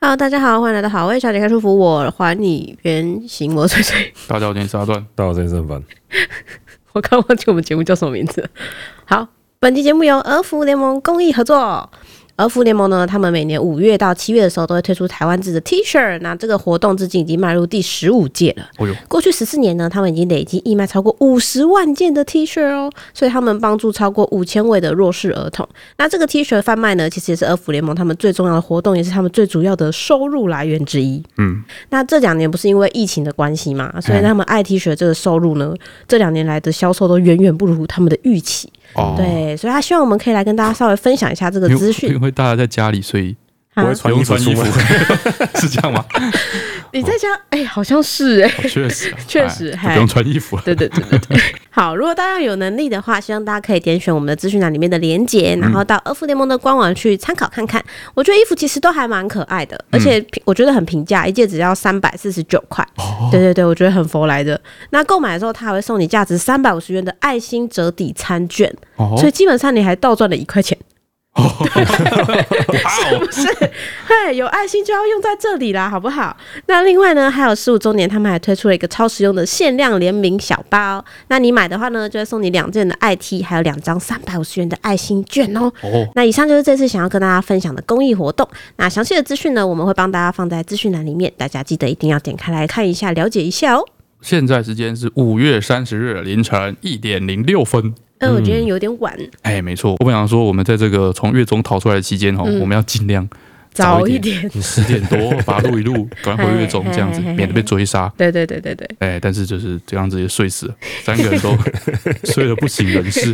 Hello，大家好，欢迎来到好味小姐开束缚，我还你原形，我翠翠。大家好，我是阿段。大家好，我是郑凡。 我刚忘记我们节目叫什么名字了。好，本期节目由儿福联盟公益合作。儿福联盟呢，他们每年五月到七月的时候都会推出台湾制的 T 恤，那这个活动至今已经迈入第十五届了。哦呦，过去十四年呢，他们已经累计义卖超过五十万件的 T 恤哦，所以他们帮助超过五千位的弱势儿童。那这个 T 恤贩卖呢，其实也是儿福联盟他们最重要的活动，也是他们最主要的收入来源之一。嗯，那这两年不是因为疫情的关系嘛，所以他们爱 T 恤这个收入呢，这两年来的销售都远远不如他们的预期。哦，对，所以他希望我们可以来跟大家稍微分享一下这个因为资讯因。为大家在家里，所以啊我会不穿用衣服穿出衣服门，，是这样吗？你在家，哎、好像是哎、哦确实啊，确实哎嗨不用穿衣服了。对对对对对。好，如果大家有能力的话，希望大家可以点选我们的资讯栏里面的连接，然后到二副联盟的官网去参考看看。我觉得衣服其实都还蛮可爱的，而且平我觉得很平价，一件只要三百四十九块。对对对，我觉得很佛来的。那购买的时候，他还会送你价值三百五十元的爱心折抵餐券，哦，所以基本上你还倒赚了一块钱。 哇哦，是，嘿，有爱心就要用在这里啦，好不好？那另外呢，还有十五周年，他们还推出了一个超实用的限量联名小包。那你买的话呢，就会送你两件的 IT，还有两张三百五十元的爱心券哦。哦，那以上就是这次想要跟大家分享的公益活动。那详细的资讯呢，我们会帮大家放在资讯栏里面，大家记得一定要点开来看一下，了解一下哦。现在时间是五月三十日凌晨一点零六分。嗯，我觉得有点晚，哎，没错，我本想说，我们在这个从月中逃出来的期间哈，我们要尽量早早一点。十点多把它录一录，赶快回月中嘿这样子，嘿嘿嘿免得被追杀。对对对对对，哎，但是就是这样子也睡死了，三个人都睡得不省人事。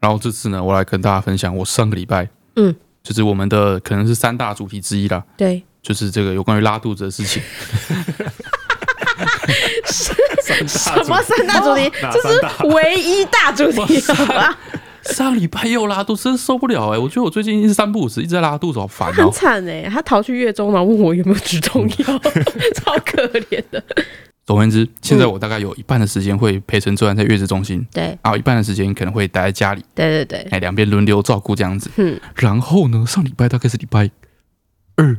然后这次呢，我来跟大家分享我上个礼拜，嗯，就是我们的可能是三大主题之一啦，对，就是这个有关于拉肚子的事情。什么三大主题？哦哪这三大是唯一大主题，好吧？上礼拜又拉肚子，真受不了哎、我觉得我最近一直三不五时一直在拉肚子，好烦 哦、很惨哎、他逃去月中，然后问我有没有止痛药， 超可怜的。总而言之，现在我大概有一半的时间会陪陈志安在月子中心，对然后一半的时间可能会待在家里，对对对，哎，两边轮流照顾这样子。嗯然后呢，上礼拜大概是礼拜二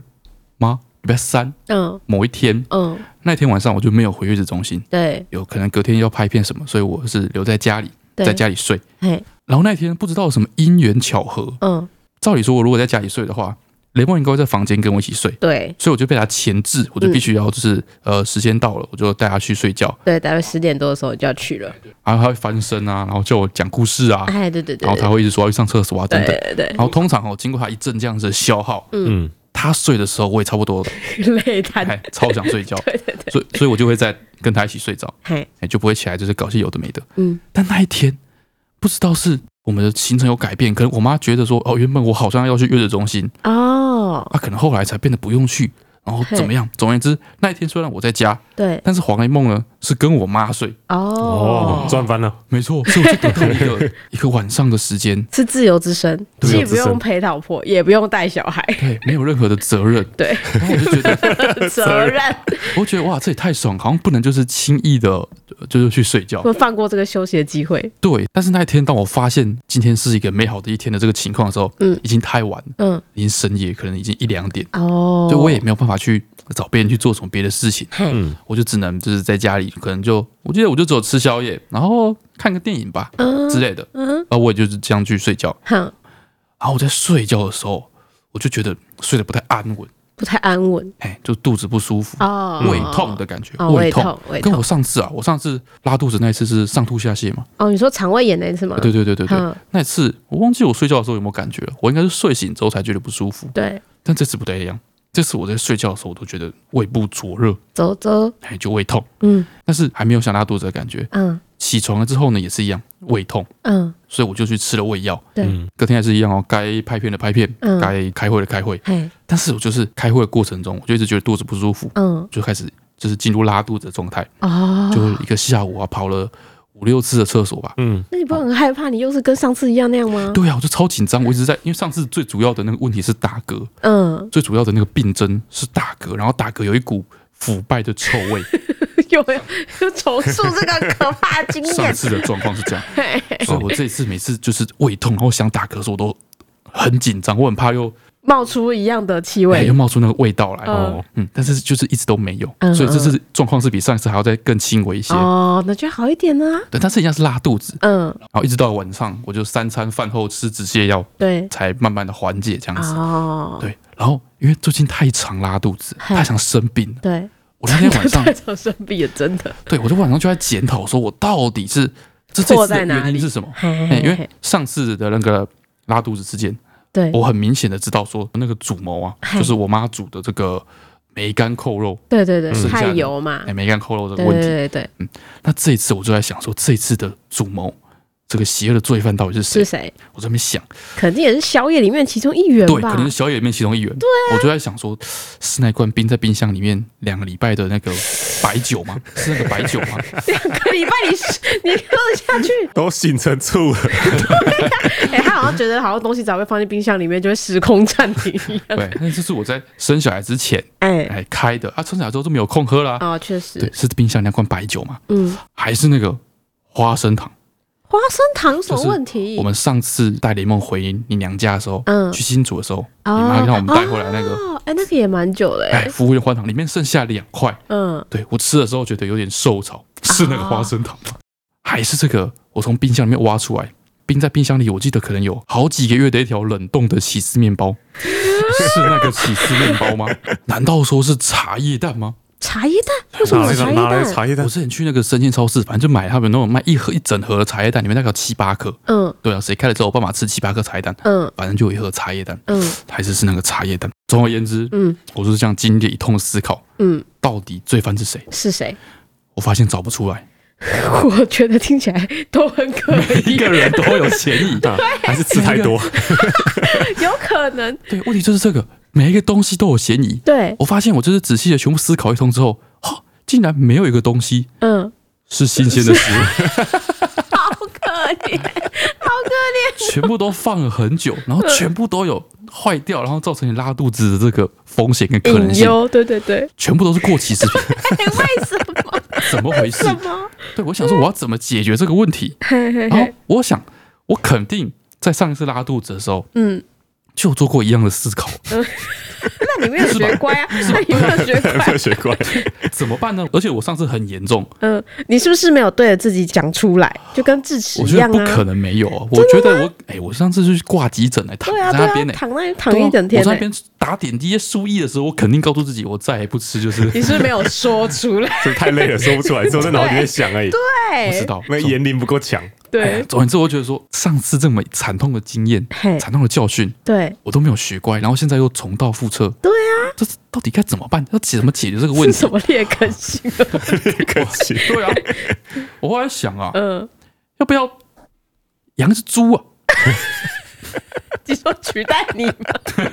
吗？礼拜三嗯某一天，嗯，那天晚上我就没有回月子中心，对有可能隔天要拍片什么，所以我是留在家里，对，在家里睡。嘿然后那天不知道什么因缘巧合，嗯照理说我如果在家里睡的话，雷梦应该会在房间跟我一起睡，对所以我就被他钳制，嗯我就必须要就是、呃时间到了，我就带他去睡觉，对，大概十点多的时候就要去了。然后他会翻身啊，然后叫我讲故事啊，哎，对对对，然后他会一直说要去上厕所啊等对对等。对然后通常哦，经过他一阵这样子的消耗，嗯，他睡的时候我也差不 多了，对，累瘫。哎，超想睡觉， 对对对，所以所以我就会在跟他一起睡着。嘿哎、就不会起来，就是搞些有的没的。嗯，但那一天不知道是我们的行程有改变，可能我妈觉得说，哦，原本我好像要去月子中心，哦，啊，可能后来才变得不用去，然后怎么样？总而言之，那一天虽然我在家，对但是黄雷梦呢是跟我妈睡，哦哦，，赚翻了，没错，所以我就得到一个一个晚上的时间，是自由之身，自由既之身不用陪老婆，也不用带小孩，对，没有任何的责任。对，然后我就觉得，责任我就觉得哇，这也太爽，好像不能就是轻易的，呃就是去睡觉不。放过这个休息的机会。对，但是那一天当我发现今天是一个美好的一天的这个情况的时候，嗯已经太晚了。嗯，已经深夜，可能已经一两点，哦，所以我也没有办法去找别人去做什么别的 事情，嘿，嗯，我就只能就是在家里，可能就我记得我就只有吃宵夜，然后看个电影吧嗯之类的，嗯，然后我也就是这样去睡觉。哼，然后我在睡觉的时候，我就觉得睡得不太安稳，不太安稳哎，就肚子不舒服，哦，胃痛的感觉，哦，胃痛痛。，胃跟痛我。上次啊，我上次拉肚子那一次是上吐下泻嘛？哦，你说肠胃炎那一次吗？啊对对对对对，嗯那一次我忘记我睡觉的时候有没有感觉了，我应该是睡醒之后才觉得不舒服，对，但这次不太一样。这次我在睡觉的时候，我都觉得胃部灼热，走走，哎，就胃痛，嗯但是还没有想拉肚子的感觉。嗯起床了之后呢，也是一样胃痛，嗯，所以我就去吃了胃药。对，嗯隔天还是一样哦，该拍片的拍片，嗯该开会的开会。嘿，但是我就是开会的过程中，我就一直觉得肚子不舒服，嗯就开始就是进入拉肚子的状态，哦，就一个下午啊跑了五六次的厕所吧。嗯，那你不会很害怕？你又是跟上次一样那样吗？对啊，我就超紧张，我一直在，因为上次最主要的那个问题是打嗝，嗯， 最主要的那个病症是打嗝，然后打嗝有一股腐败的臭味，有有有重述这个可怕的经上验。次的状况是这样， 嘿所以我这次每次就是胃痛，然后想打咳嗽，我都很紧张，我很怕又冒出一样的气哎味又，冒出那个味道来。嗯哦，嗯，但是就是一直都没有嗯，所以这次状况是比上一次还要再更轻微一些。哦，那就好一点呢、对，但是一样是拉肚子，嗯，然后一直到晚上，我就三餐饭后吃止泻药，对，才慢慢的缓解这样子。嗯哦，对，然后因为最近太常拉肚子，嘿太常生病了， 对，我那天晚上太常生病了，真的。对我就晚上就在检讨，说我到底是这这错次在的哪原因里是什么？嘿嘿哎，因嘿为上次的那个拉肚子事件，对我很明显的知道说那个主谋啊，嘿就是我妈煮的这个梅干扣肉，对对对，剩下太的油嘛，哎，梅干扣肉这对个问啊对题。嗯对对，那这一次我就在想说，这一次的主谋，这个邪恶的罪犯到底是谁是？谁？我在那边想，肯定也是宵夜里面其中一员对，可吧啊能是？小野里面其中一员。对、我就在想说，是那罐冰在冰箱里面两个礼拜的那个白酒吗？是那个白酒 吗？两个礼拜你是 你喝得下去？都醒成醋了，哎、他好像觉得好像东西只要被放进冰箱里面就会时空暂停一样。对，那就是我在生小孩之前哎、 哎开的啊，生小孩之后就没有空喝啦、哦，确对实，，是冰箱那罐白酒吗？嗯，还是那个花生糖？花生糖有什么就是问题？我们上次带雷梦回你娘家的时候，嗯去新竹的时候，哦你妈让我们带回来那个，哦，哎、那个也蛮久了、哎，哎，服务员花生糖里面剩下两块，嗯，对我吃的时候觉得有点受潮，哦是那个花生糖吗？还是这个我从冰箱里面挖出来，冰在冰箱里，我记得可能有好几个月的一条冷冻的起司 面包，是那个起司面包吗？难道说是茶叶蛋吗？茶叶蛋为什拿来么有茶叶拿来蛋？茶叶蛋我，之前去那个生鲜超市，反正就买他们那种卖一盒一整盒的茶叶蛋，里面大概有七八颗。嗯对啊，谁开了之后，我爸妈吃七八颗茶叶蛋，嗯反正就有一盒茶叶蛋，嗯还是是那个茶叶蛋。总而言之，嗯我就是这样经历一通思考，嗯，到底罪犯是谁？是谁？ 我发现找不出来，我觉得听起来都很可每 一疑，个人都有嫌 疑。啊还是吃太多，有可能对，问题就是这个，每一个东西都有嫌疑。对，我发现我就是仔细的全部思考一通之后，哈，竟然没有一个东西 嗯，是新鲜的食物，好可怜，好可怜，全部都放了很 久，然后全部都有坏掉，然后造成你拉肚子的这个风险跟可能隐性，忧，对对 对，全部都是过期食品，哎、为什么？怎么回事什？么？对，我想说我要怎么解决这个问题？嘿嘿然后嘿，我想，我肯定在上一次拉肚子的时候嗯，就有做过一样的思考， 那你没有学乖 啊，那你没有学乖 没 有学乖，怎么办呢？而且我上次很严重，嗯，你是不是没有对着自己讲出来，就跟智齿我一觉得样不可啊？能没有啊，我觉得我哎、我上次就去挂急诊哎来躺对啊，在对那边啊，呢、躺那躺一整对天哎啊我在呢、那边打点滴输液的时候，我肯定告诉自己，我再也不吃，就是你是不是没有说出 来？就是太累了，说不出来，只有在脑里面想而已，不对知道。那总言灵不够强，哎对总之，我觉得说上次这么惨痛的经验嘿、惨痛的教训，对，我都没有学乖，然后现在又重蹈覆辙。对啊，这是到底该怎么办？要解怎么解决这个问是题什？么劣根性？啊可惜，对啊，我后来想啊， 嗯，要不要养一只猪啊？你说取代你吗？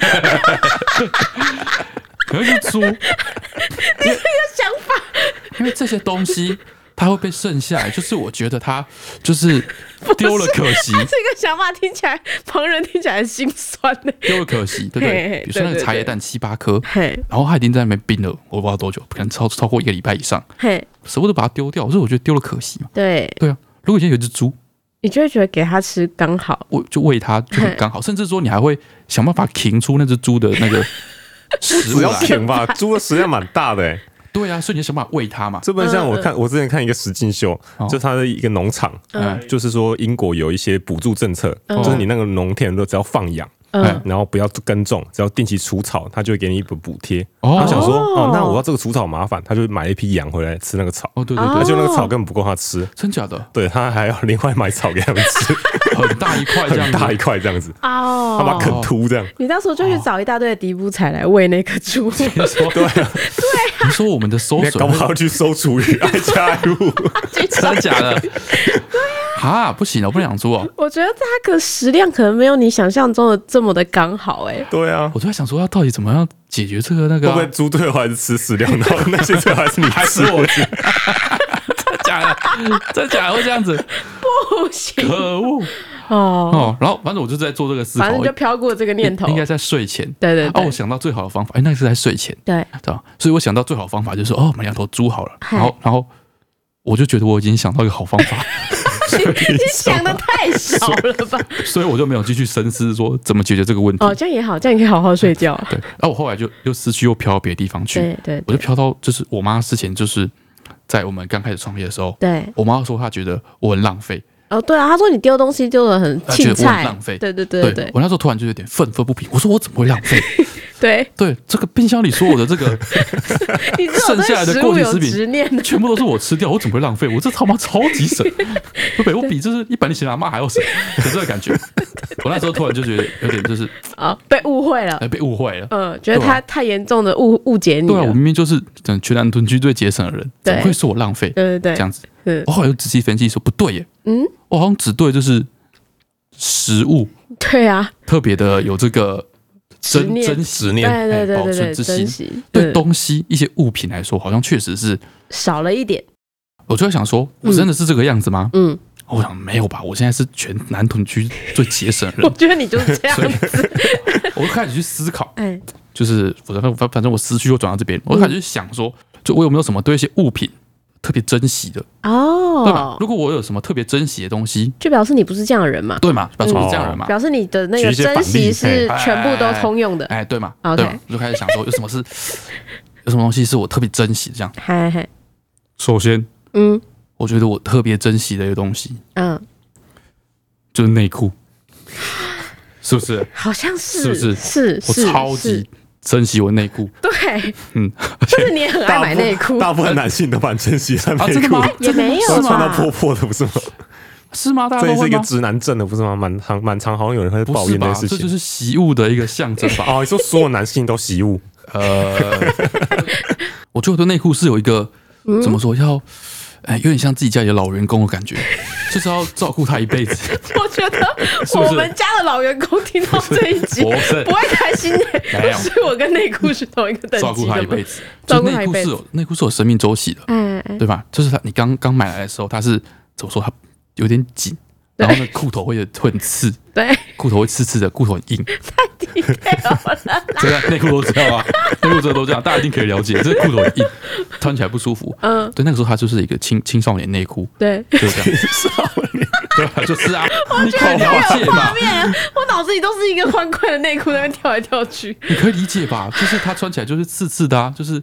养一只 猪，想法因为这些东西它会被剩下来，就是我觉得它 就是丢了可惜，这个想法听起来，旁人听起来很心酸呢、丢了可惜，对不嘿对嘿？比如说那对个对茶叶蛋七八颗，嘿，然后它已经在那边冰了，我不知道多久，可能超超过一个礼拜以上，嘿，舍不得把它丢掉，所以我觉得丢了可惜嘛。对，对啊，如果以前有一只猪，你就会觉得给他吃刚好，我就喂它就很刚好，甚至说你还会想办法停出那只猪的那个食物只要来。舔吧，猪的食量蛮大的、欸，对啊，所以你想办法喂它嘛。这不像嗯我看，我之前看一个实境秀哦，就它的一个农场，嗯就是说英国有一些补助政策，嗯就是你那个农田都只要放养，嗯哎，然后不要耕种，只要定期除草，他就会给你一笔补贴。他想哦说，哦哦，那我要这个除草麻烦，他就买一批羊回来吃那个草，哦，对对啊对，哦而且那个草根本不够他吃，真假的，对他还要另外买草给他们吃，很大一 块这 样很子，大一块这样子，哦，他把它啃秃这样。你到时候就去找一大堆的迪布彩来喂那颗猪，哦 你说对啊，你说我们的收你水搞不好要去收厨余，爱家入， 真的假的？对啊，哈，不行了，我不能养猪哦。我觉得它的食量可能没有你想象中的这么的刚好欸 哎、对啊，我就在想说，要到底怎么样解决这个那会个啊、不会猪最后还是吃饲料，然后那些最后还是你吃？ 我吃？真假的？真假的会这样子？不行，可恶！哦，哦，然后反正我就在做这个思考，反正就飘过这个念头。应该在睡前。对对哦，对我，想到最好的方法，哎，那个是在睡前，对，对吧？所以我想到最好的方法就是哦，买两头猪好了，嗨然后然后我就觉得我已经想到一个好方 法，你想的太少了吧？ 所以我就没有继续深思说怎么解决这个问题。哦，这样也好，这样你可以好好睡觉。对，然后我后来就又思绪又飘到别的地方去，对对我就对飘到就是我妈之前就是在我们刚开始创业的时候，对，我妈说她觉得我很浪费，哦，对啊，他说你丢东西丢的很她青觉得我很菜，浪费。对对对对我那时候突然就有点愤愤不平，我说我怎么会浪 费？对，对，这个冰箱里所有的这个你这种剩下来的对食过物期有食品执念的，全部都是我吃掉，我怎么会浪费？我这他妈超级 省，对不对？我比就是一百年前的阿妈还要省，有这个感觉。 我那时候突然就觉得有点就是啊，被误会了哎、。被误会了。嗯，觉得他太严重的误误解你对啊，我了。明明就是整全南屯区最节省的人，对怎么会说我浪费对对这对样子？嗯，我后来又仔细分析说不对耶，嗯，我好像只对就是食物对啊，特别的有这个珍念珍执惜，对念对对哎保对存对，之珍心惜对嗯东西一些物品来说，好像确实是。少了一点，我就在想说，嗯我真的是这个样子吗？哦嗯，我想没有吧，我现在是全南屯区最节省的我 人，觉得你就是这样所以子，我就开始去思考， 哎，就是我反反反正我思绪又转到这边，我就开始去想说，就我有没有什么对一些物品特别珍惜的，对吧哦？，如果我有什么特别珍惜的东西，就表示你不是这样的人嘛。对嘛？表示我是这样的人嗯嘛？表示你的那举个一些反珍惜例是全部都通用的，哎，对嘛？哦 OK 对嘛，我就开始想说，有什么是有什么东西是我特别珍惜的？这样，嗨嗨，首先，嗯我觉得我特别珍惜的一个东西嗯，就是内裤， 是不是？好像是是不是是我是超是级珍惜我内裤，对，嗯，就是你也很爱买内裤，大部分男性都蛮珍惜穿啊，内真的裤吗，？也没 有啊都吧穿到破破的，不是吗？是吗？大家这都也是会一个吗？直男症的，不是吗？蛮常蛮常，好像有人会不抱是怨这吧件？事这就情。是习物的一个象征 吧？哦，你说所有男性都习 物，呃，我觉得我对内裤是有一个怎么说，要哎、有点像自己家里的老员工的 感觉，就是要照顾他一辈子。 我觉得是不是我们家的老员工听到这一集不是不会开心的，没有不是我跟内裤是同一个照等顾级他的一吗辈？子，嗯就照是顾内他一裤辈是子有内裤是有生命周期的，哎哎，对吧？就是他，你刚刚买来的时候，它是怎么说？它有点紧，然后呢，裤头会会很刺，对， 裤头会刺刺的，裤头很硬，太低调了， 这个内裤都知道啊，内裤这都这样，大家一定可以了解，这裤头很硬，穿起来不舒服。嗯，对，那个时候它就是一个青青少年内裤，对，就是这样，对啊，就是啊，你可以了解吧？我脑子里都是一个欢快的内裤在那边跳来跳 去，你可以理解吧？就是它穿起来就是刺刺的啊，就是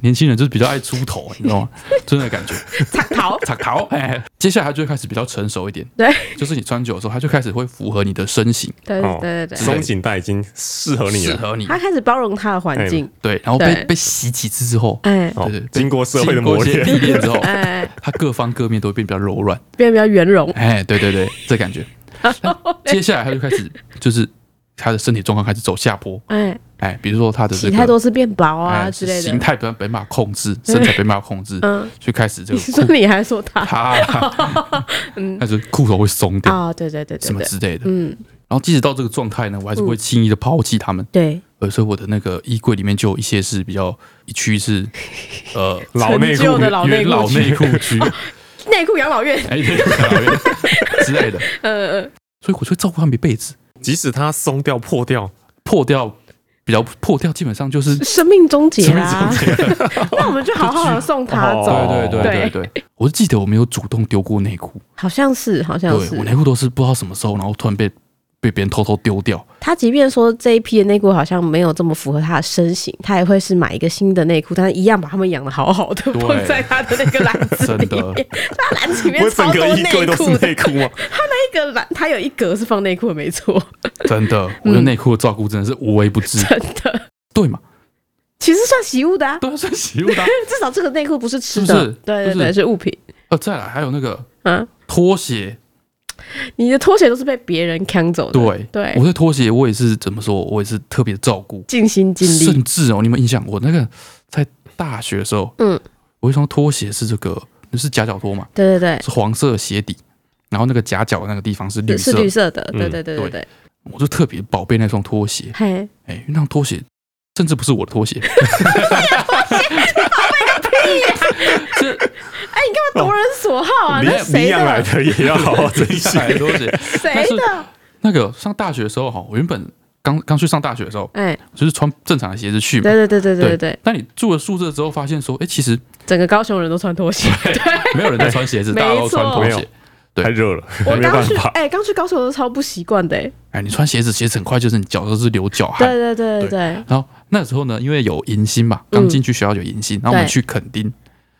年轻人就是比较爱出头，啊你知道吗？就那个感觉。插头，擦考，哎，接下来它就会开始比较成熟一点，对，就是你穿久的时候，它就开始会符合你的身形，对哦对对对，松紧带已经适合你适了。合你，他开始包容他的环境，对，然后被对被洗几次之后，哎，哦对对，经过社会的经过磨一些练，历练之后，哎，它各方各面都会变比较柔软，变得比较圆 融，哎，对对对，这感觉。接下来它就开始就是它的身体状况开始走下坡，哎，哎，比如说它的洗这太个多次变薄啊哎之类形 的。态比较没办法控制，身材没办法控制，嗯就开始这你个说裤你还说他它，那就是裤头会松掉，啊？对对对对什么对，之类的。嗯，然后即使到这个状态呢，我还是不会轻易的抛弃他们。对，呃，所以我的那个衣柜里面就有一些是比较一区是呃老内陈旧裤的老内元裤老内裤区，内裤养老院，哎，对老元之类的。呃，呃所以我就会照顾他们一辈子，即使它松掉破掉，破掉比较破掉，基本上就是生命终结啦，啊 那我们就好好的送他走哦，对对对对对。我记得我没有主动丢过内裤，好像是，好像对是我。内裤都是不知道什么时候，然后突然被被别人偷偷丢掉。他即便说这一批的内裤好像没有这么符合他的身形，他也会是买一个新的内裤，但是一样把他们养的好好的，对放在他的那个篮子里真面。他篮子里面不会整超多个衣柜内都裤是的，内裤吗？那个篮他有一格是放内裤的，没错，真的，我对内裤的照顾真的是无微不至，真的。对嘛？其实算洗物的啊，对啊，算洗物的啊。至少这个内裤不是吃是不的是，对对不是对，是物品。呃，再来还有那个嗯，拖鞋，你的拖鞋都是被别人抢走的，对对我对拖鞋我也是怎么说，我也是特别照顾，尽心尽力。甚至哦，你有没有印象？我那个在大学的时候，嗯，我一双拖鞋是这个，就是夹脚拖嘛，对对是黄色鞋底，然后那个夹脚的那个地方是绿对，是色，绿色的，嗯对对对对对。我就特别宝贝那双拖鞋，嘿，哎、那双拖鞋。甚至不是我的拖鞋，这哎，你干嘛夺人所好哦啊？你你那谁养来的？的也要 好好珍惜。百多节。谁的？那个上大学的时候哈，我原本刚刚去上大学的时候，哎，就是穿正常的鞋子去嘛。对对对对对对对，但你住了宿舍之后，发现说，哎，其实整个高雄人都穿拖 鞋。没有人在穿鞋子，大家都穿拖没鞋错。太热了，我没有刚办去， 法。哎，刚去高手都超不习惯的。哎哎，你穿鞋子，其实很快就是你脚都是流脚对汗。对对对对，然后那时候呢，因为有迎新嘛，嗯刚进去学校有迎新，然后我们去垦丁，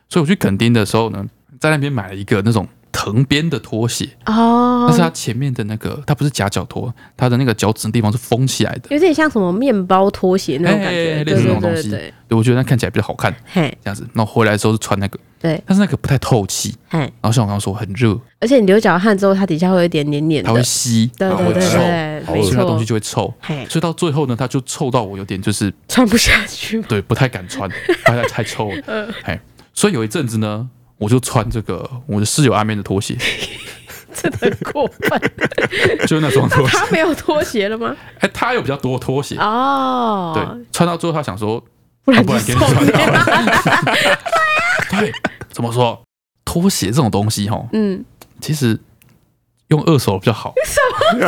所以我去垦丁的时候呢，在那边买了一个那种藤编的拖鞋，哦但是它啊前面的那个它不是夹脚拖，它的那个脚趾地方是封起来的，有点像什么面包拖鞋那种感觉，哎对类似对那对种东对西对，对我觉得那看起来比较好看，嘿，这样子。那我回来的时候是穿那个，对，但是那个不太透气，嘿，然后像我刚刚说很热，而且你流脚汗之后，它底下会有一点黏黏它的会，吸，对然后对会对臭，对，好没恶所以那东错西，就会臭。嘿，所以到最后呢，它就臭到我有点就是穿不下去，对不太敢 穿，它太太臭嗯了。哎，所以有一阵子呢，我就穿这个我的室友阿面的拖鞋，真的很过分。就是那 双 拖鞋。他没有拖鞋 了吗？哎，他有比较多拖鞋，哦，对，穿到最后他想说，不啊然不就然给送你你，穿好了。对，怎么说？拖鞋这种东西哈，嗯，其实用二手比较好。什么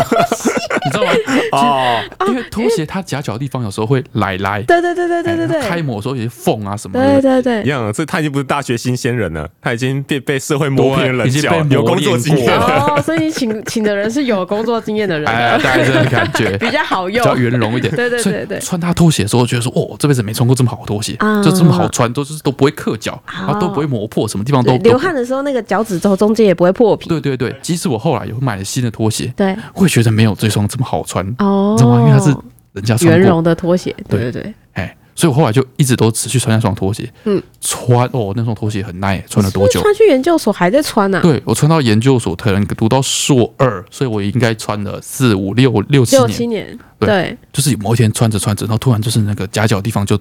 你知道吗？哦，因为拖鞋它夹脚的地方有时候会来来，对对对对对对哎开对，模的时候有些缝啊什么对的。对一对，样，这他已经不是大学新鲜人了，他已经被被社会磨平了棱对已经被角，磨有工作经验练过了。哦，所以你请请的人是有工作经验啊的人哎呀，的，大概这个感觉，比较好 比用。较圆融一点。对对对所以对穿他拖鞋的时候，我觉得说，哦，这辈子没穿过这么好的拖鞋啊，就这么好穿，都是都不会硌脚，然后都不会磨破，什么地方都对都流汗的时候那个脚趾头中间也不会破皮，对对对，即使我后来有买了新的拖鞋，对，我也觉得没有这双这么好穿，你哦，知道吗？因为它是人家穿圆过，融的拖鞋，对对对，哎，所以我后来就一直都持续穿那双拖鞋。嗯，穿哦，那双拖鞋很耐，穿了多久？穿去研究所还在穿啊呢，对我穿到研究所，可能读到硕二，所以我应该穿了四五六六七六年，七年，对对，就是某一天穿着穿着，然后突然就是那个夹脚地方就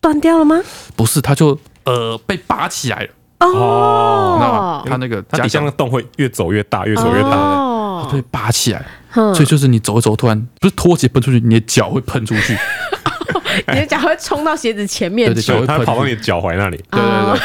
断掉了吗？不是，它就呃被拔起来了，你知道吗哦？，它那个它夹底下脚那洞会越走越大，越走越大。哦被拔起来，哼所以就是你走一走，突然不是拖鞋喷出去，你的脚会喷出去，你的脚会冲到鞋子前对面对，去，脚就会它喷出跑到去你。脚踝那 里，哦对对对，然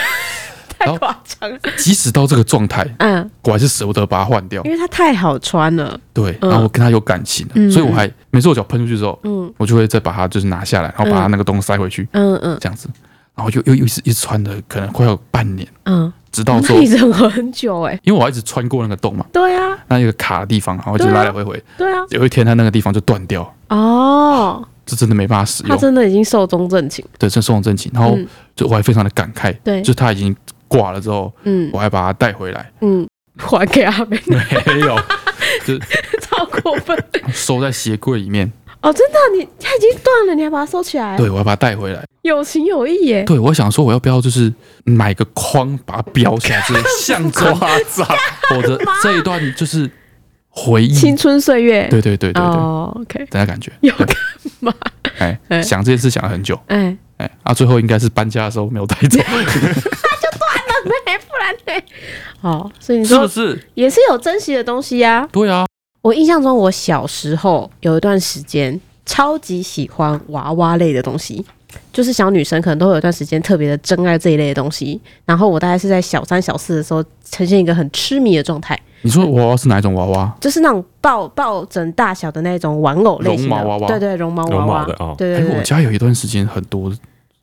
太后夸张了。即使到这个状态，嗯，我还是舍不得把它换掉因。为它太好穿了，对，嗯然后我跟它有感情的，嗯所以我还每次我脚喷出去之后，嗯我就会再把它就是拿下来，然后把它那个洞塞回去，嗯嗯这样子，然后又又又一直一直穿的，可能快要半年，嗯，直到那说，你忍了很久哎，因为我要一直穿过那个洞嘛，对啊那一个卡的地方，然后就对啊来来回回，对啊，有一天它那个地方就断掉，哦，这真的没办法使他用，真的已经寿终正寝，对，这是送正情，然后嗯就我还非常的感慨，对就是它已经挂了之后，嗯我还把它带 回来，嗯，还给阿美，没有，就 超过分收在鞋柜里面，哦，真的，你他已经断了，你还把它收起来，对我还把它带回来。有情有义耶，对，我想说我要不要就是买个框把它标起来，就是象征夸张， 我的这一段就是回忆。青春岁月，对对对对对，哦，OK，大家感觉有 对干嘛？哎， 哎想这件事想了很久， 哎，哎，啊，最后应该是搬家的时候没有带走，没不然嘞，哦，所 以你是说不是？也是有珍惜的东西呀，对啊，我印象中，我小时候有一段时间超级喜欢娃娃类的东西，就是小女生可能都会有一段时间特别的珍爱这一类的东西。然后我大概是在小三、小四的时候，呈现一个很痴迷的状态，你说娃娃是哪一种娃娃？就是那种抱抱枕大小的那种玩偶类型的绒毛娃娃对对，绒毛娃绒娃毛的哦对哎对，对我对，家有一段时间很多，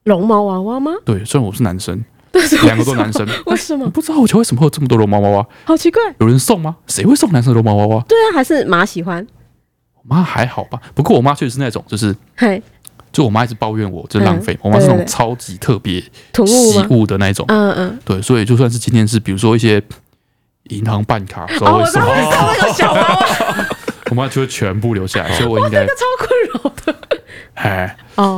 绒毛娃娃吗？对，虽然我是男 生，但是两个都男生， 为什我么？不知道我家为什么会有这么多绒毛娃娃，好奇怪。啊有人送吗？谁会送男生绒毛娃娃？对啊，还是马喜欢。我妈还好吧，不过我妈确实是那种就是。嘿，就我妈一直抱怨我，就是嗯浪费。我妈是那种超级特别囤物惜吗？物的那一种，嗯嗯。对，所以就算是今天是比如说一些银行办卡啊的时候哦！会我知送道，会送那个小娃娃，我妈就会全部留下哦来，所以我 应该超困扰的。哎，然后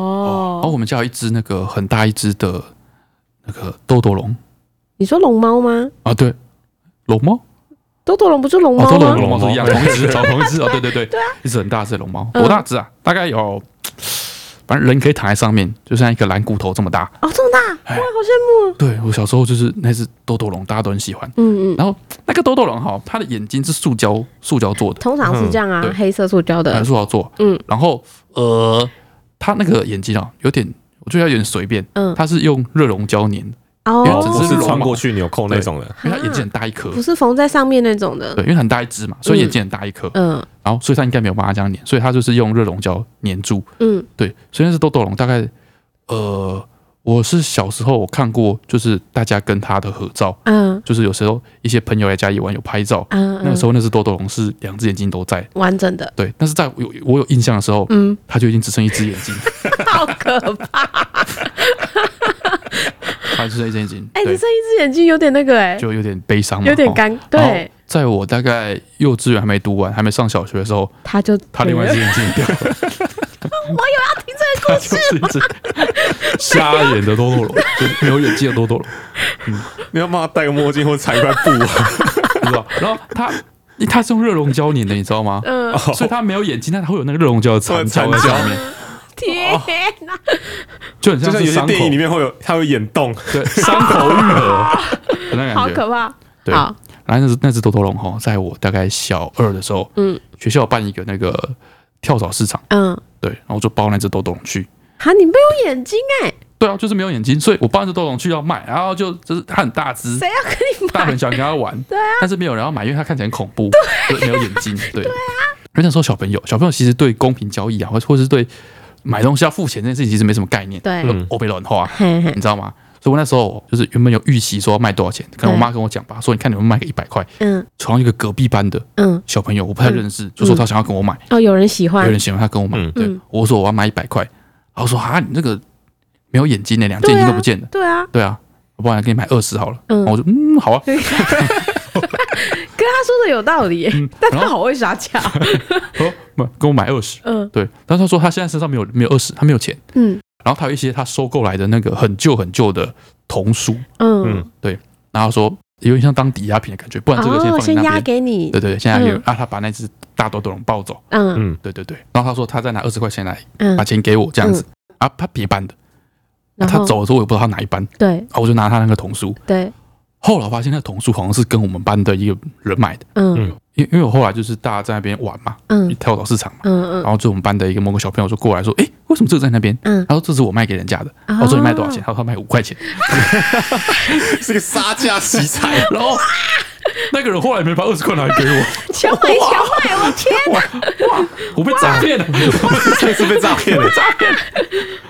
哦，我们家有一只那个很大一只的那个豆豆龙你说龙猫吗？啊，对，龙猫多多龙不就龙哦，猫啊豆豆吗？龙龙猫是一样，龙同猫一只，哦，同 一只哦，对对对，一只很大只的龙猫，嗯多大只啊？大概有，反正人可以躺在上面，就像一个蓝骨头这么大。哦，这么大，哎哇，好羡慕哦。对我小时候就是那只豆豆龙，大家都很喜欢。嗯嗯，然后那个豆豆龙哈，它的眼睛是塑胶塑胶做的，通常是这样啊，嗯对黑色塑胶的呃，。塑胶做。嗯，然后呃，它那个眼睛啊，有点我觉得它有点随便，嗯它是用热熔胶粘的，因哦为，不只是绒穿毛过去纽扣那 种的，因为它眼睛很大一颗不，是缝在上面那种的对，，因为很大一只嘛，所以眼睛很大一颗，嗯然后所以它应该没有办法这样粘，所以它就是用热熔胶粘住。嗯对，虽然是豆豆龙，大概呃，我是小时候我看过，就是大家跟它的合照，嗯就是有时候一些朋友来家里玩有拍照，嗯，那个时候那只豆豆龙是两只眼睛都在。候完整的，对，但是在我有我有印象的时候，嗯，它就已经只剩一只眼 睛，好可怕！它只剩一只眼睛，哎，对你，这一只眼睛有点那个哎，就有点悲伤嘛，有点哦干，然后对，在我大概幼稚园还没读完，还没上小学的时候，他就他另 外一只眼睛也掉了。我有要听这个故事。就是一只瞎眼的多多龙，就是没有眼睛的多多龙，你要帮他戴个墨镜或者裁一块布啊，不知道。然后他，他是用热熔胶粘的，你知道吗？嗯，哦所以他没有眼睛，但他会有那个热熔胶的残胶在上面，天 哪，就很就像像是有些伤口电，影里面会有，他会眼动，对，伤口愈合的那好感觉。可怕！对，好，然后那只那只多多龙哈，在我大概小二的时候，嗯学校有办一个那个跳蚤市场，嗯，对，然后我就包那只多多龙去，哈，你没有眼睛哎，对啊，就是没有眼睛，所以我抱着豆龙去要卖，然后就就是它很大只，谁要跟你大人买？想跟它玩，对啊，但是没有人要买，因为它看起来很恐怖，啊对，没有眼睛，对，对啊。因为那时候小朋友，小朋友其实对公平交易啊，或或是对买东西要付钱这件事情，其实没什么概念，对嗯我被乱花，嘿嘿你知道吗？所以我那时候就是原本有预期说要卖多少钱，可能我对妈跟我讲吧，说你看你们卖个一百块，嗯床一个隔壁班的嗯，小朋友，我不太认识，就说他想要跟我买，哦，有人喜欢有，人喜欢他跟我买，嗯对嗯，我说我要买一百块，然后说哈你那个没有眼睛呢，两只眼睛都不见了。对啊，对啊，我不然给你买二十好了。嗯然后我就 嗯好啊，跟他说的有道理耶，但他嗯然后好会杀价，哦，不跟我买二十。嗯对，但是他说他现在身上没有没有二十，他没有钱。嗯然后他有一些他收购来的那个很旧很旧的童书，嗯，然后说有点像当抵押品的感觉，不然这个哦，放你先那压边。给你对，对对，现在有嗯啊，他把那只大多多龙抱走。嗯嗯，对对对，然后他说他再拿二十块钱来嗯把，钱给我这样子啊，他别班的，啊然他后走的时候我也不知道他哪一班，对啊我就拿他那个童书。对，后来我发现那个童书好像是跟我们班的一个人买的，嗯因因为我后来就是大家在那边玩嘛，嗯跳蚤市场嘛。 嗯然后就我们班的一个某个小朋友就过来说：“诶，为什么这个在那边？”嗯他说：“这是我卖给人家的。”嗯，我说：“你卖多少钱？？他说：“他卖五块钱。 是个杀价奇 才，”然后那个人后来没把二十块拿来给我，钱买钱买，我天，哇哇，我被诈骗了，真是被诈骗 了。诈骗！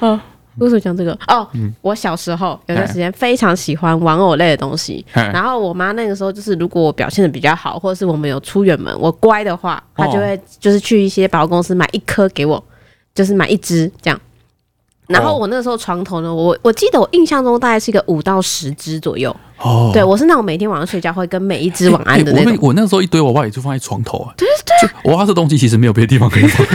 哦，为什么讲这个？哦，嗯我小时候有段时间非常喜欢玩偶类的东西，嘿然后我妈那个时候就是，如果我表现的比较好，或者是我们有出远门，我乖的话，她哦就会就是去一些百货公司买一颗给我，就是买一只这样。然后哦我那个时候床头呢，我我记得我印象中大概是一个五到十只左右。哦，对我是那种每天晚上睡觉会跟每一只晚安的那诶我种那。我那时候一堆娃娃也就放在床头啊，对对，就娃娃这东西其实没有别的地方可以放，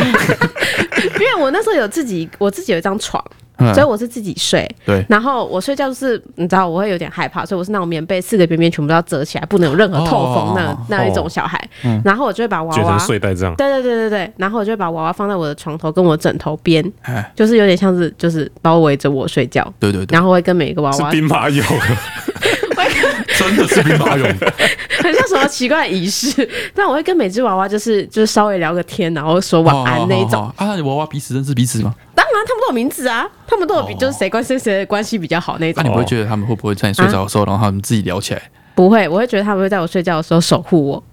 因为我那时候有自己，我自己有一张床，嗯所以我是自己睡。对然后我睡觉就是，你知道我会有点害怕，所以我是那种棉被四个边边全部都要折起来，不能有任何透风那、哦那一种小孩。嗯然后我就会把娃卷娃成，睡袋这样，对对对对对，然后我就会把娃娃放在我的床头跟我枕头边，哎，就是有点像是就是包围着我睡觉，对对对，然后会跟每一个娃是娃，兵马俑，真的是兵马俑， 很像什么奇怪的仪式。 但我会跟每只娃娃就是就是稍微聊个天，然后说晚安那一种。哦。哦哦哦啊，那你娃娃彼此认识彼此吗？当然，他们都有名字啊，他们都有比、哦啊就是谁关谁谁的关系比较好那那种。你不会觉得他们会不会在你睡着的时候，然后他们自己聊起来？不会，我会觉得他们会在我睡觉的时候守护我。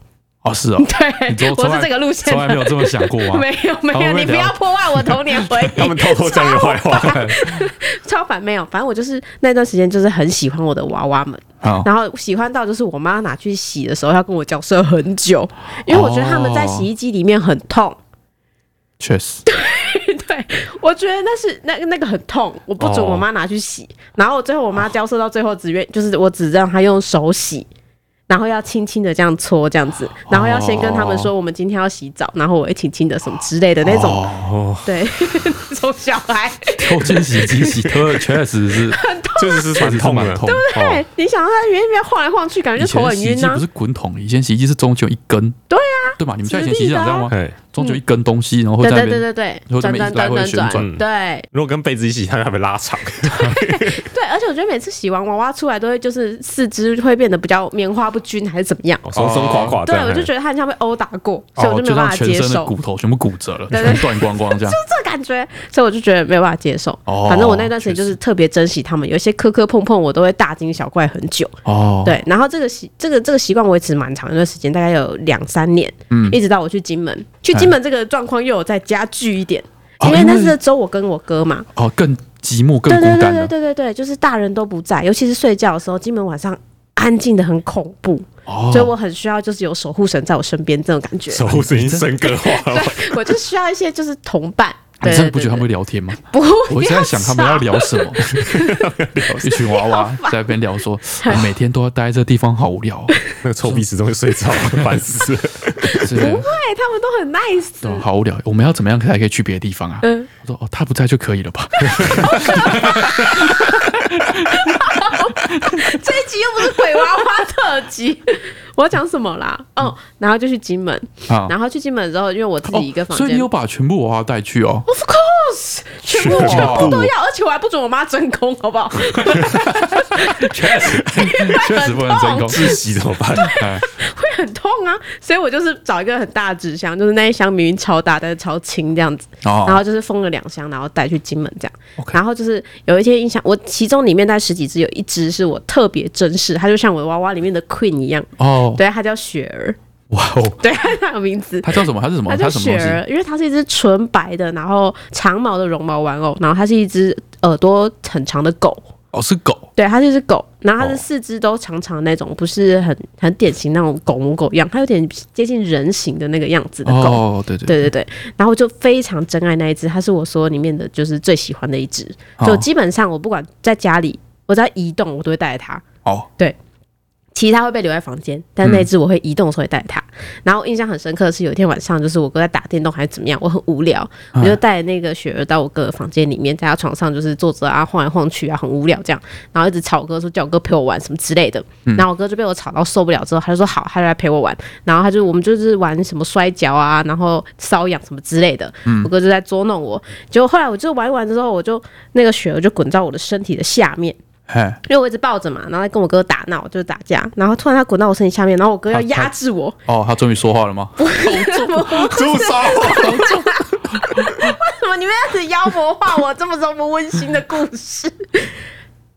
哦，是哦，你对，从我是这个路线从来没的。有这么想过吗？ 没有没他们有，会你不聊要破坏我童年回 忆。他们偷偷讲你坏话， 超烦，没有，反正我就是那段时间就是很喜欢我的娃娃们，好，然后喜欢到就是我妈拿去洗的时候要跟我交涉很久，因为我觉得他们在洗衣机里面很痛。确实。对，我觉得那是那那个很痛，我不准哦我妈拿去洗。然后最后我妈交涉到最后只愿就是我只让她用手洗，然后要轻轻的这样搓这样哦子，然后要先跟他们说我们今天要洗澡，然后我会轻轻的什么之类的那种。 哦，对， 那种小孩，偷进哦洗机洗 特确实是就是是确实蛮是痛蛮的。痛。啊对，哎你想到他里面晃来晃去，感哦觉以就头前很洗衣晕啊机呐、不是滚筒，以前洗衣机是中间有一根。对啊，对吧？你们家以前洗衣机长这样吗？哎，中间有一根东西，然后对对在那啊对边对对，然后这转转边一直来转回转旋转，转对如果跟被子一起，他还被拉 长。对，而且我觉得每次洗完娃娃出来都会就是四肢会变得比较棉花不均还是怎么样，哦松松垮垮这对样。我就觉得得他很像被殴打过，所以我哦，就没有办让法全接身的受、骨头全部骨折了，对对全断光光这样。这感觉，所以我就觉得没有办法接受。哦反正我那段时间就确是特别珍惜他们，有一些些磕磕碰碰，我都会大惊小怪很久。 哦，，对，然后这个习这个这个习惯维持蛮长一段时间，大概有两三年，嗯哎一直到我去金门。去金门这个状况又有再加剧一点，哦因为因为那是周我跟我哥嘛，哦，更寂寞，更对对孤对单啊对了。对对对，就是大人都不在，尤其是睡觉的时候，金门晚上安静的很恐怖，哦，所以我很需要就是有守护神在我身边这种感觉，守护神已经神格化了， 我就需要一些就是同伴。哦啊你对真对的不觉对得他们会聊天吗？ 不会啊我现在想他们要吵聊什么？ 一群娃娃在那边聊 说，我每天都要待在这地方，好无聊哦。那个臭鼻子都会睡着，烦死了。是对，不是他们都很 nice。对啊，好无聊。我们要怎么样才可以去别的地方啊？嗯我说哦，他不在就可以了吧？这一集又不是鬼娃娃特辑， 我要讲什么啦？哦，然后就去金门，嗯啊，然后去金门之后，因为我 自哦己一个房所以你间、有把全部娃娃带去 哦？ o f course，全部全全部部都要，而且我还不准我妈真空，好不好？确实，确实不能真空。窒息怎么办？ 哎，很痛啊，所以我就是找一个很大的纸箱，就是那一箱明明超大，但是超轻这样子，然哦，后就是封了两箱，然后带去金门这样。 OK 然后就是有一些印象，我其中里面带十几只，有一只是我特别珍视，它就像我的娃娃里面的 Queen 一样，哦，对，它叫雪儿， 哇哦，对，它的名字。他叫什哦么？他是什么？它他叫什么雪东西？儿，因为它是一只纯白的，然后长毛的绒毛玩偶，然后它是一只耳朵很长的狗，哦，是狗。对，它就是狗，然后它哦的四肢都长长的那种，不是很很典型那种狗母狗样，它有点接近人形的那个样子的狗。哦，对对对对对，然后我就非常珍爱那一只，它是我所有里面的就是最喜欢的一只，就哦基本上我不管在家里，我只要移动我都会带着它。哦，其他会被留在房间，但那一只我会移动的时候会带着它。然后印象很深刻的是，有一天晚上，就是我哥在打电动还是怎么样，我很无聊，我就带那个雪儿到我哥的房间里面，在他床上就是坐着啊晃来晃去啊，很无聊这样。然后一直吵我哥说叫我哥陪我玩什么之类的。然后我哥就被我吵到受不了之后，他就说好，他就来陪我玩。然后他就我们就是玩什么摔跤啊，然后瘙痒什么之类的。我哥就在捉弄我。结果后来我就玩一玩之后，我就那个雪儿就滚到我的身体的下面。嘿，因为我一直抱着嘛，然后跟我哥打闹，就是打架，然后突然他滚到我身体下面，然后我哥要压制我，哦，他终于说话了吗？ 朱砂 为什么你们要一直妖魔化我这么这么温馨的故事？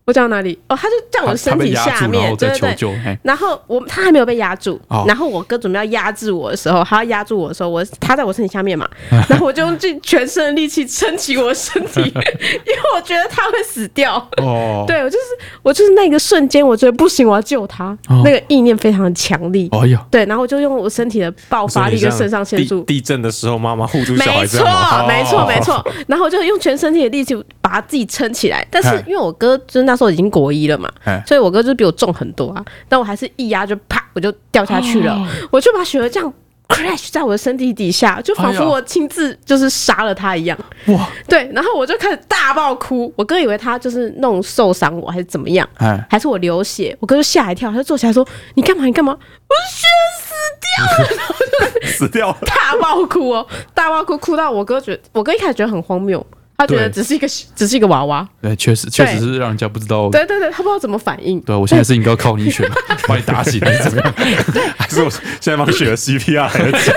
我讲到哪里？哦，他就在我他的他身被体压下住，然面后，对对再求对。救。嘿，然后我他还没有被压住，哦然后我哥准备要压制我的时候，他要压住我的时候，我他在我身体下面 嘛，然后我就用尽全身的力气撑起我的身体，因 为我觉得他会死掉。 哦，对我就是我就是那个瞬间，我觉得不行，我要救他，哦那个意念非常的强力。哎呀，对，然后我就用我身体的爆发力跟肾上腺素，地地震的时候，妈妈护住没小孩子错好吗，哦哦没错，没错。然后我就用全身体的力气把他自己撑起来。但是哎因为我哥就是那时候已经国一了嘛哎，所以我哥就比我重很多啊。但我还是一压就啪，我就掉下去哦了，我就把雪儿这样 crash 在我的身体底下，就仿哎佛呀我亲自就是杀了他一样。哇，对，然后我就开始大爆哭。我哥以为他就是弄受伤我还是怎么样，哎，还是我流血，我哥就吓一跳，他就坐起来说：“你干嘛？你干嘛？”我说：“雪儿死死掉 了。大爆哭哦，大爆哭，哭到我哥觉得，我哥一开始觉得很荒谬，他觉得对只是一个只是一个娃娃，对，确实确实是让人家不知道。对对对，他不知道怎么反应。对，我现在是应该要靠 你选，把你打醒还是怎么样？还是我现在帮雪儿 CPR 还要讲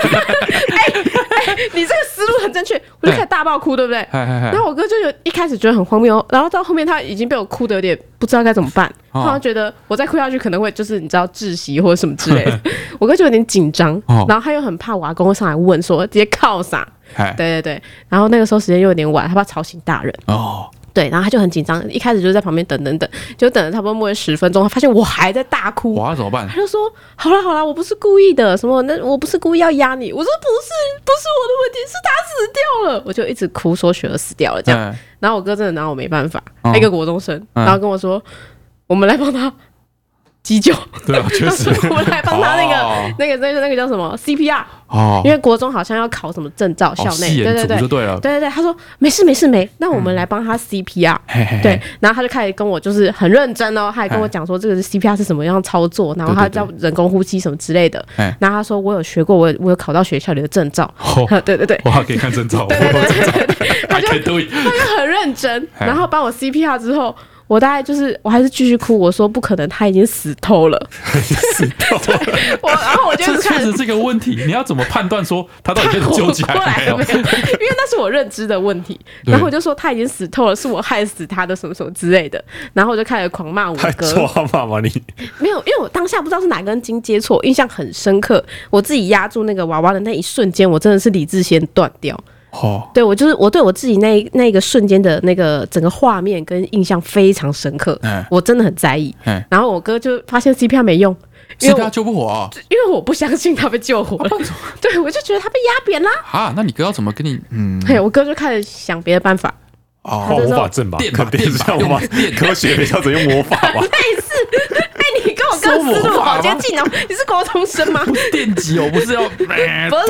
你这个思路很正确，我就开始大爆哭，对不对？嗨嗨嗨然后我哥就有一开始觉得很荒谬，然后到后面他已经被我哭的有点不知道该怎么办，他哦好像觉得我再哭下去可能会就是你知道窒息或者什么之类 的，我哥就有点紧张哦，然后他又很怕我阿公会上来问说直接靠啥，嗨，对对对，然后那个时候时间又有点晚，他怕吵醒大人。哦，对，然后他就很紧张，一开始就在旁边等等等，就等了差不多摸了十分钟，他发现我还在大哭，哇，怎么办他？就说：“好啦好啦，我不是故意的，什么那我不是故意要压你。”我说：“不是，不是我的问题，是他死掉了。”我就一直哭说雪儿死掉了这样，哎，然后我哥真的拿我没办法，哦他一个国中生，然后跟我说：“我们来帮他急 救，，对啊，确实我们来帮他那哦个那个那个那个叫什么 CPR，哦，因为国中好像要考什么证照，校哦内戏对演对组对就。”对了，对对对，他说没事没事没，那我们来帮他 CPR，、嗯嘿嘿嘿对，然后他就开始跟我就是很认真哦，他还跟我讲说这个是 CPR 是什么样操作，然后他对对叫人工呼吸什么之类的。哎然后他说我有学过，我有我有考到学校里的证照。 哦 对对对，哇，可以看征兆，对对对对对，对 I can do it 他就很认真。哎然后帮我 CPR 之后，我大概就是我还是继续哭，我说不可能，他已经死透了。 死掉了，我然后我就这确看实这个问题，你要怎么判断说他到底跟 你活纠过结还来没有没？有？因为那是我认知的问题。对然后我就说他已经死透了，是我害死他的什么什么之类的。然后我就开始狂骂我太哥，抓马嘛你！没有，因为我当下不知道是哪根筋接错，印象很深刻。我自己压住那个娃娃的那一瞬间，我真的是理智先断掉。 哦，对我就是我对我自己那一那一个瞬间的那个整个画面跟印象非常深刻，哎我真的很在意。哎，然后我哥就发现 CPR 没用，因是为他我救不活啊！因为我不相信他被救活，对我就觉得他被压扁啦。哈，啊那你哥要怎么跟你？嗯，嘿，我哥就开始想别的办法，画哦，魔法阵吧，电吧肯定电是吧像魔法用电科学比较怎用魔法吧？ 哎、你跟我哥思路好接近哦，你是国中生 吗？不是电击哦，不是要？不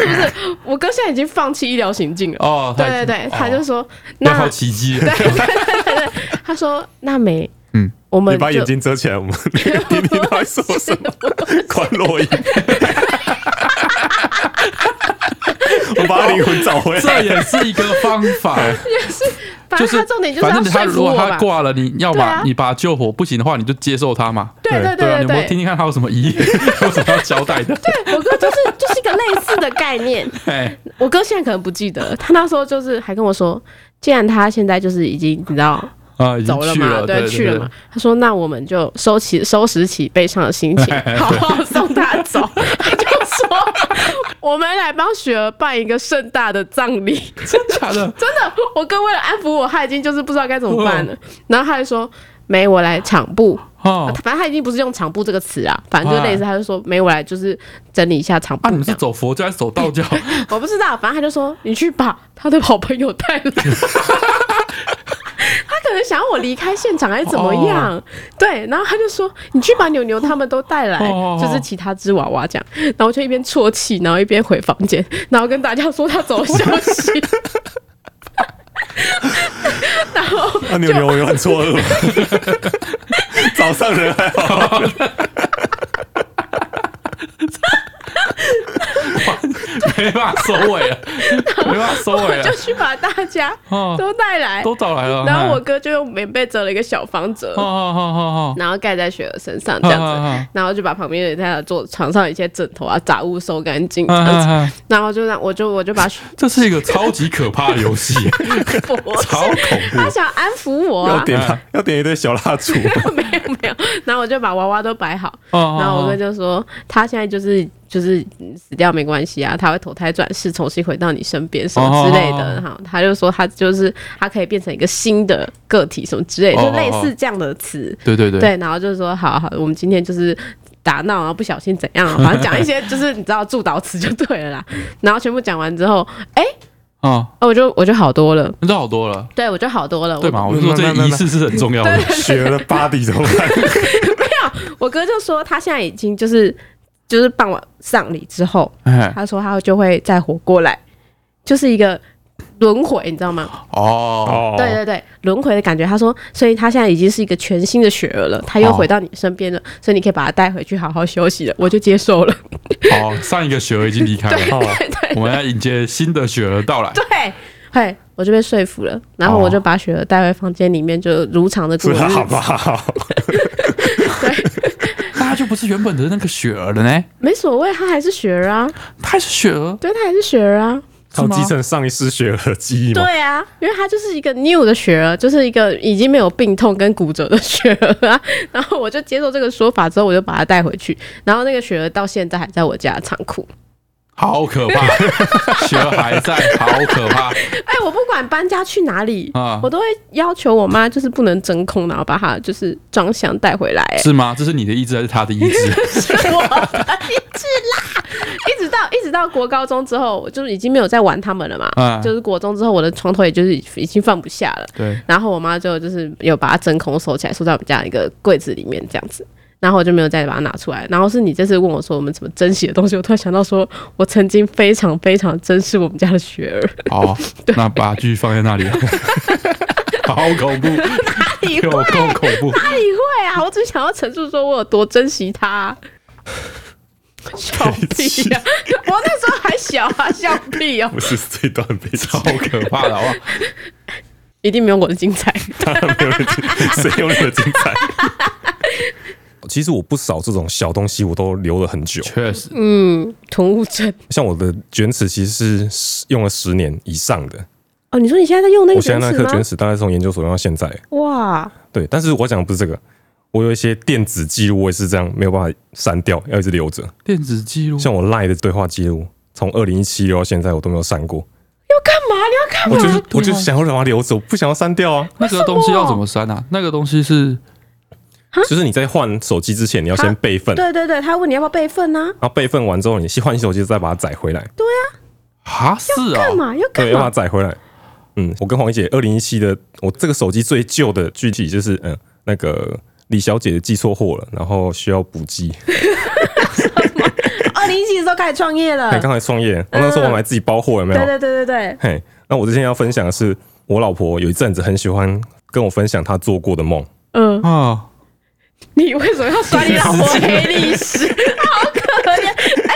是，我哥现在已经放弃医疗行径了。哦，对对对，他就哦说，要靠那奇迹，他说那没，嗯，我你们把就眼睛遮起来，我们 听听他在说 什么。关洛音，我把灵魂 找回这来。也是一个方法。反就正是他重点就是反要正他说如服我果吧他。挂了，你要对啊把你把他救活，不行的话你就接受他嘛。对对对对啊，你有没有对听听看他有什么疑义， 有什么要交代的？对，我哥就是 就是一个类似的概念。哎，我哥现在可能不记得，他那时候就是还跟我说，既然他现在就是已经你知道啊，已经走了去嘛，了，对，对，去了嘛。他说：“那我们就收起收拾起悲伤的心 情，好好送他走。” 他就说：“我们来帮雪儿办一个盛大的葬礼。对？真假的？”真的，我哥为了安抚我，他已经就是不知道该怎么办了。然后他还说：“没，我来场布。”哦，反正他已经不是用场布这个词啊，反正就类似，他就说：“没，我来就是整理一下场布。啊，你们这是样走佛教还是走道教？我不知道，反正他就说你去把他的好朋友带来。 他可能想要我离开现场还是怎么哦样对，然后他就说你去把牛牛他们都带来 哦就是其他只娃娃这样。然后我就一边啜泣，然后一边回房间，然后跟大家说他走了消息。 然后啊，牛牛，我有很错愕。 早上人还好，没办法收尾了，没办法收尾我就了。去把大家啊哦，都带来，都找来了。然后我哎，哥就用棉被折了一个小方折哦哦哦哦然后盖在雪儿身上哦，这样子。子。然后就把旁边的在他坐床上一些枕头啊杂物收干净，这嗯样嗯子嗯，然后就让我就我就把雪这是一个超级可怕的游戏， 佛，超恐他怖。想安抚我、要啊，点蜡要点一堆小蜡烛。 没有没有，然后我就把娃娃都摆好，哦然后我哥就就说他现在就是就是死掉没关系啊，他会投胎转世重新回到你身边什么之类哦哦哦的，哈，他就说他就是他可以变成一个新的个体什么之类的，哦就哦类哦似这样的词，对对对，对，然后就是说好好，我们今天就是打闹啊，不小心怎样啊， 反正讲一些就是你知道祝祷词就对了啦。然后全部讲完之后，哎、哦，哦我就我就好多了，那好多了，对我就好多了。对吧？我我就说这个仪式是很重要的。雪儿的 body 怎么办？我哥就说他现在已经就是就是办完丧礼之后，哎，他说他就会再活过来，就是一个。轮回，你知道吗？哦， 哦对对对，轮回的感觉。他说，所以他现在已经是一个全新的雪儿了，他又哦回到你身边了，所以你可以把他带回去好好休息了。我就接受了。哦，上一个雪儿已经离开了，哦 对对我们要迎接新的雪儿到来。对，嘿，我就被说服了，然后我就把雪儿带回房间里面，就如常的过日是 好子。不好？那她就不是原本的那个雪儿了呢，没所谓，她还是雪儿啊，她还是雪儿，对，她还是雪儿啊，是要吗继承上一世雪儿的记忆吗？对啊，因为她就是一个 new 的雪儿，啊就是一个已经没有病痛跟骨折的雪儿啊。 然后我就接受这个说法之后，我就把她带回去，然后那个雪儿到现在还在我家的仓库。好可怕，雪儿还在，好可怕哎、我不管搬家去哪里。啊我！都会要求我妈，就是不能真空，然后把它就是装箱带回来、哎是吗？这是你的意志还是他的意志？是我的意志啦。一直到一直到国高中之后，我就已经没有在玩他们了嘛。嗯就是国中之后，我的床头也就是已经放不下了。对，然后我妈就就是有把它真空收起来，收在我们家一个柜子里面这样子。然后我就没有再把它拿出来。然后是你这次问我说我们怎么珍惜的东西，我突然想到说，我曾经非常非常珍视我们家的雪儿。好，那把它继续放在那里，啊好恐怖，你有够恐怖。哪里会啊？我只想要陈述说我有多珍惜他、笑屁 呀、我那啊时候还小啊，笑屁哦、 不是这一段被超好可怕的，好不好？一定没有我的精 彩。当然没有人精，谁有你的精彩？其实我不少这种小东西，我都留了很久。确实，嗯，囤物症像我的卷尺，其实是用了十年以上的。哦，你说你现在在用那我个现卷在那尺颗吗卷？尺大概是从研究所用到现在。哇，对，但是我讲的不是这个，我有一些电子记录，我也是这样没有办法删掉，要一直留着。电子记录，像我 LINE 的对话记录，从二零一七留到现在，我都没有删过。要干嘛？你要干我嘛？就是我啊就是想要让它留着，我不想要删掉啊。那个东西要怎么删啊？那个东西是啊就是你在换手机之前，你要先备份，对然对对，他问你要不要备份啊呢、后备份完之后，你先换手机再把它载回来，哈是啊干，嘛要干对，要把它嘛？载回来。嗯，我跟黄怡姐二零一七的，我这个手机最旧的，具体就是嗯，那个李小姐寄错货了，然后需要补机。二零一七的时候开始创业啊了哎，，刚才创业，我那时候我们还自己包货，有没有对？对对对对，嘿，那我之前要分享的是，我老婆有一阵子很喜欢跟我分享她做过的梦。嗯，啊，你为什么要刷你老婆黑历史？ 好可怜， 哎、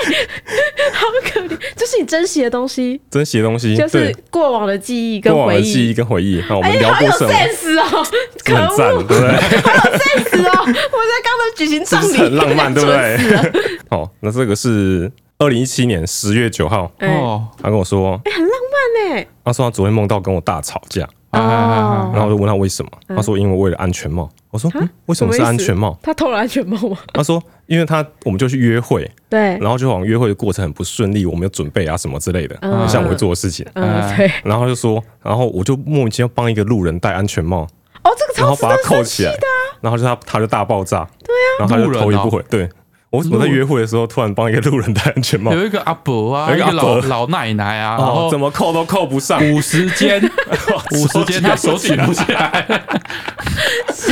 好可怜，这是你珍惜的东西，珍惜的东西，就是对过往的记忆跟过往回的记忆忆。跟回忆。好，我哎们你聊好过有什么？ sense 哦， 可很赞，对恶不对？ ，sense 哦！我在刚刚举行是葬不礼，是很浪 漫，对不蠢死？对？ 好，那这个是二零一七年十月九号，哎、哦，他跟我说，哎很浪漫哦哎、他说他昨天梦到跟我大吵架，哎哎哎哎然后我就问他为什么，他说因为我为了安全帽。我说、嗯为什么是嗯啊什么意安思全帽？他偷了安全帽 吗？他说因为他我们就去约会，对，然后就好像约会的过程很不顺利，我没有准备啊什么之类的，嗯像我会做的事情。嗯，对，然后他就说，然后我就莫名其妙帮一个路人戴安全帽，哦，这 个然超后值把得他扣生起气来的，，啊然后就他他就大爆炸，对啊，然后他就头也不回。对我我在约会的时候突然帮一个路人戴安全帽，有一个阿伯啊，有一一个个阿老伯老奶奶啊，然哦后，怎么扣都扣不上，五十肩， 五十肩他手举不不起来，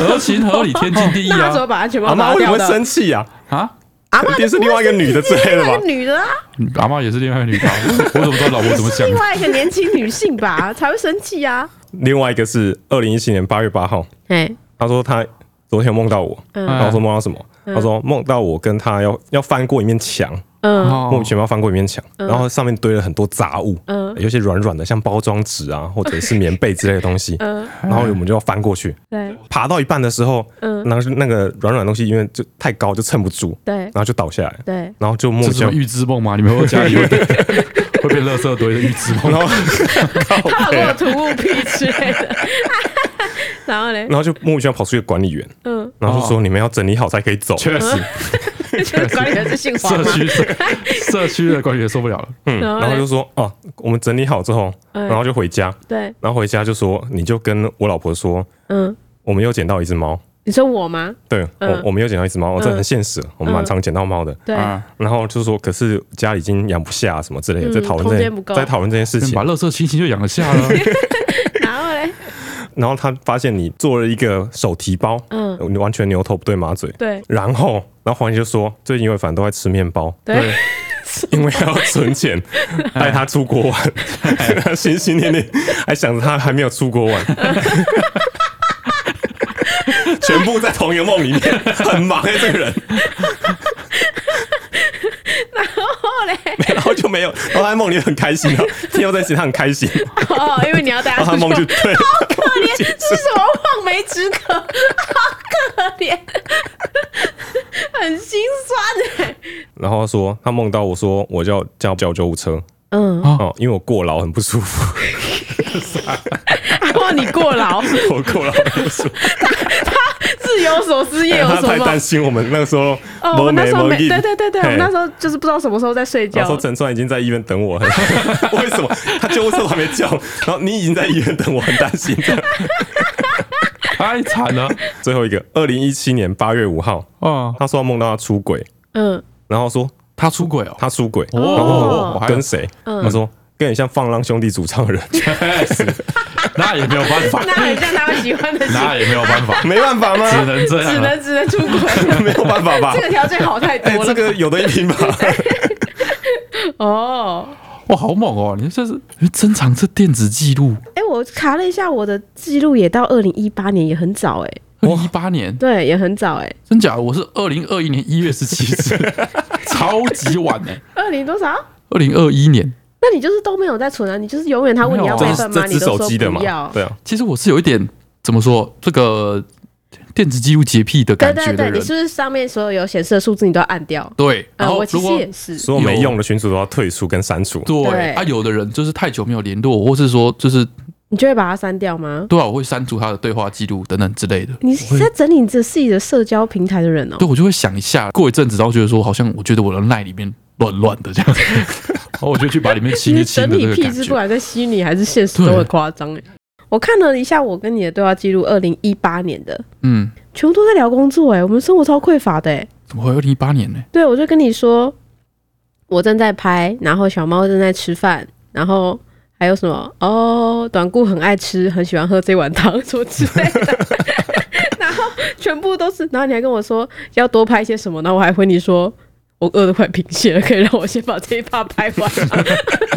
合情合理，天经地义哦那他怎啊么把安全帽阿妈拿为什掉么会的？生气呀？啊！阿嬷一定是另外一个女的之类的那吧个？女的啊，嗯阿妈也是另外一个女的啊，我怎么知道老婆怎么是想另的？外一个年轻女性 吧，才会生气啊。另外一个是二零一七年八月八号，哎，他说他昨天有梦到我，嗯然后我说梦到什么？他说梦到我跟他要要翻过一面墙，嗯莫名哦其妙翻过一面墙，然后上面堆了很多杂物，嗯有些软软的，像包装纸啊，或者是棉被之类的 东西。嗯，然后我们就要翻过去，对爬到一半的时候，嗯然后是那个软软的东西因为就太高就撑不住，对然后就倒下 来，对，然后就莫这是名其什妙么，预知梦吗？你们会家里会会变垃圾堆的预知梦？然后他有跟我涂物癖之类的， 然后嘞然，后就莫名其妙跑出一个管理哦员，嗯，然后就说你们要整理好才可以走。确实， 就是管理员是姓 黄社吗？区社区的管理员受不了了，嗯， 然后嘞然后就说哦，我们整理好之后，嗯然后就回家，对，然后回家就说你就跟我老婆说，嗯，我们又捡到一只猫。你说我吗？对，嗯我我们又捡到一只猫，这嗯很现实，我们蛮常捡到猫的。对，啊，然后就说，可是家里已经养不下啊什么之类的，嗯在讨论空这间件不够在讨论这件事情把。垃圾清清就养得下 了。然后嘞，然后他发现你做了一个手提包，嗯嗯，完全牛头不对马嘴。对然后，然后黄姐就说，最近因为反正都在吃面包， 对，因为要存 钱带他出国玩， 他心心念念还想着他还没有出国玩， 全部在同一个梦里面，很忙哎、这个人。后哦嘞，然后就没有，然后他在梦里很开心啊，天又在一起，他很开心， 哦，因为你要带然后他他出梦就去，对，可怜，这是什么望梅止渴？好可怜， 很心酸哎。然后他说他梦到我说我叫叫叫救护车嗯，哦，因为我过劳很不舒服，然后你 过劳，我过劳很不舒服，哎自由所思 夜有他所太担梦。心我们那个时候哦，我们那时候没，没对对对对，我们那时候。候就是不知道什么时候在睡那觉时候。陈川已经在医院等我了， 为什么他救护车都还没叫，然后你已经在医院等我，很担心。这样太惨了最后一个，二零一七年八月五号，啊！他说他梦到他出轨，嗯，然后说他出轨哦，他出轨，哦然后问我还有跟谁，嗯他说跟你像放浪兄弟主唱的 人，那也没有办法， 那很像他们喜欢的型，那也没有办法，没办法吗？只能这只样啊了。能只能出轨。 没有办法吧 这？个条件好太哎、多这了哎个有的一拼吧。哦。哇，好猛哦！你这是你珍藏这电子记录，哎、我查了一下，我的记录也到二零一八年，也很早哎、二一八年，对，也很早哎、真假的？我是二零二 一年一月十七日，超级晚呢。二零多少？二零二一年，那你就是都没有在存啊，你就是永远他问你要没备有这啊是份吗？这你只都手说机的嘛不要，，对啊，其实我是有一点怎么说，这个电子记录洁癖的对感觉对的对，你人。是不是上面所有有显示的数字你都要按掉？对，然呃，后我其如实果也是，所有没用的群组都要退出跟删除。对对啊，有的人就是太久没有联络，或是说就是你就会把它删掉吗？对啊，我会删除他的对话记录等等之类的。你是在整理你自己的社交平台的人哦、对，我就会想一下，过一阵子，然后觉得说，好像我觉得我的赖里面乱乱的这 样，然后我就去把里面清一你的清整的这体个屁感事，不觉。管在虚拟还是现实，都对很夸张哎。我看了一下我跟你的对话记录，二零一八年的，嗯，全部都在聊工作哎、我们生活超匮乏的哎、怎么会二零一八年呢？对，我就跟你说，我正在拍，然后小猫正在吃饭，然后还有什么哦，短裤很爱吃，很喜欢喝这碗汤什么之类的。 然后全部都是，然后你还跟我说要多拍些什么，然后我还回你说我饿得快贫血了，可以让我先把这一趴拍完吗。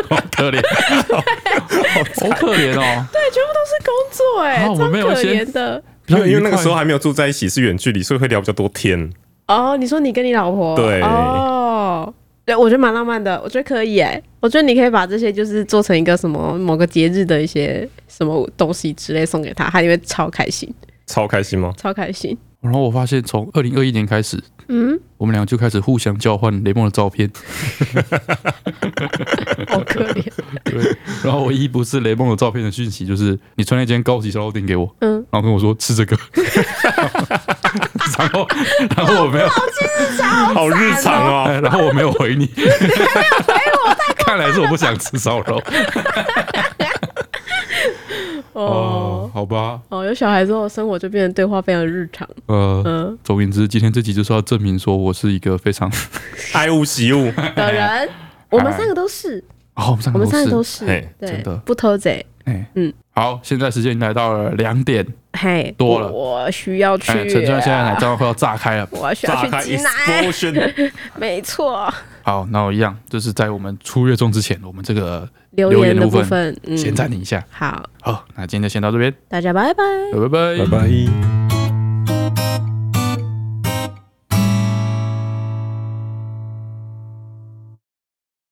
好可怜， 好可怜哦。对，全部都是工作哎、啊超我们没有可先怜的。比较因为因为那愉个快时候还没有住在一起，是远距离，所以会聊比较多天。哦，你说你跟你老婆？对哦，对，我觉得蛮浪漫的，我觉得可以哎、我觉得你可以把这些就是做成一个什么某个节日的一些什么东西之类送给他，他因为超开心，超开心吗？超 开心。然后我发现，从二零二一年开始，嗯，我们俩就开始互相交换雷梦的照片。好可 怜。对，然后唯一不是雷梦的照片的讯息，就是你穿了一件高级烧肉店给我，嗯，然后跟我说吃这 个，然后然后我没有，哎好日常哦，然后我没有回你，没有回我，看来是我不想吃烧肉。哦哦，好吧，哦，有小孩之后，生活就变得对话非常日常。呃，嗯，总而言之，今天这集就是要证明说我是一个非常……爱屋及乌。的人，我们三个都是，好，哦我们三我个们三都个是都是嘿，对真的，不偷贼。哎，嗯嗯，好，现在时间来到了两点，嘿，多了我需要去啊哎，陈川现在奶罩快要炸开了。我需要炸去开挤奶， explosion，没错。好，那我一样，就是在我们出月中之前，我们这个留留言言哦的的部部分，嗯，先暂停一下。好，好，那今天就先到这边，嗯大家拜拜。拜拜。拜。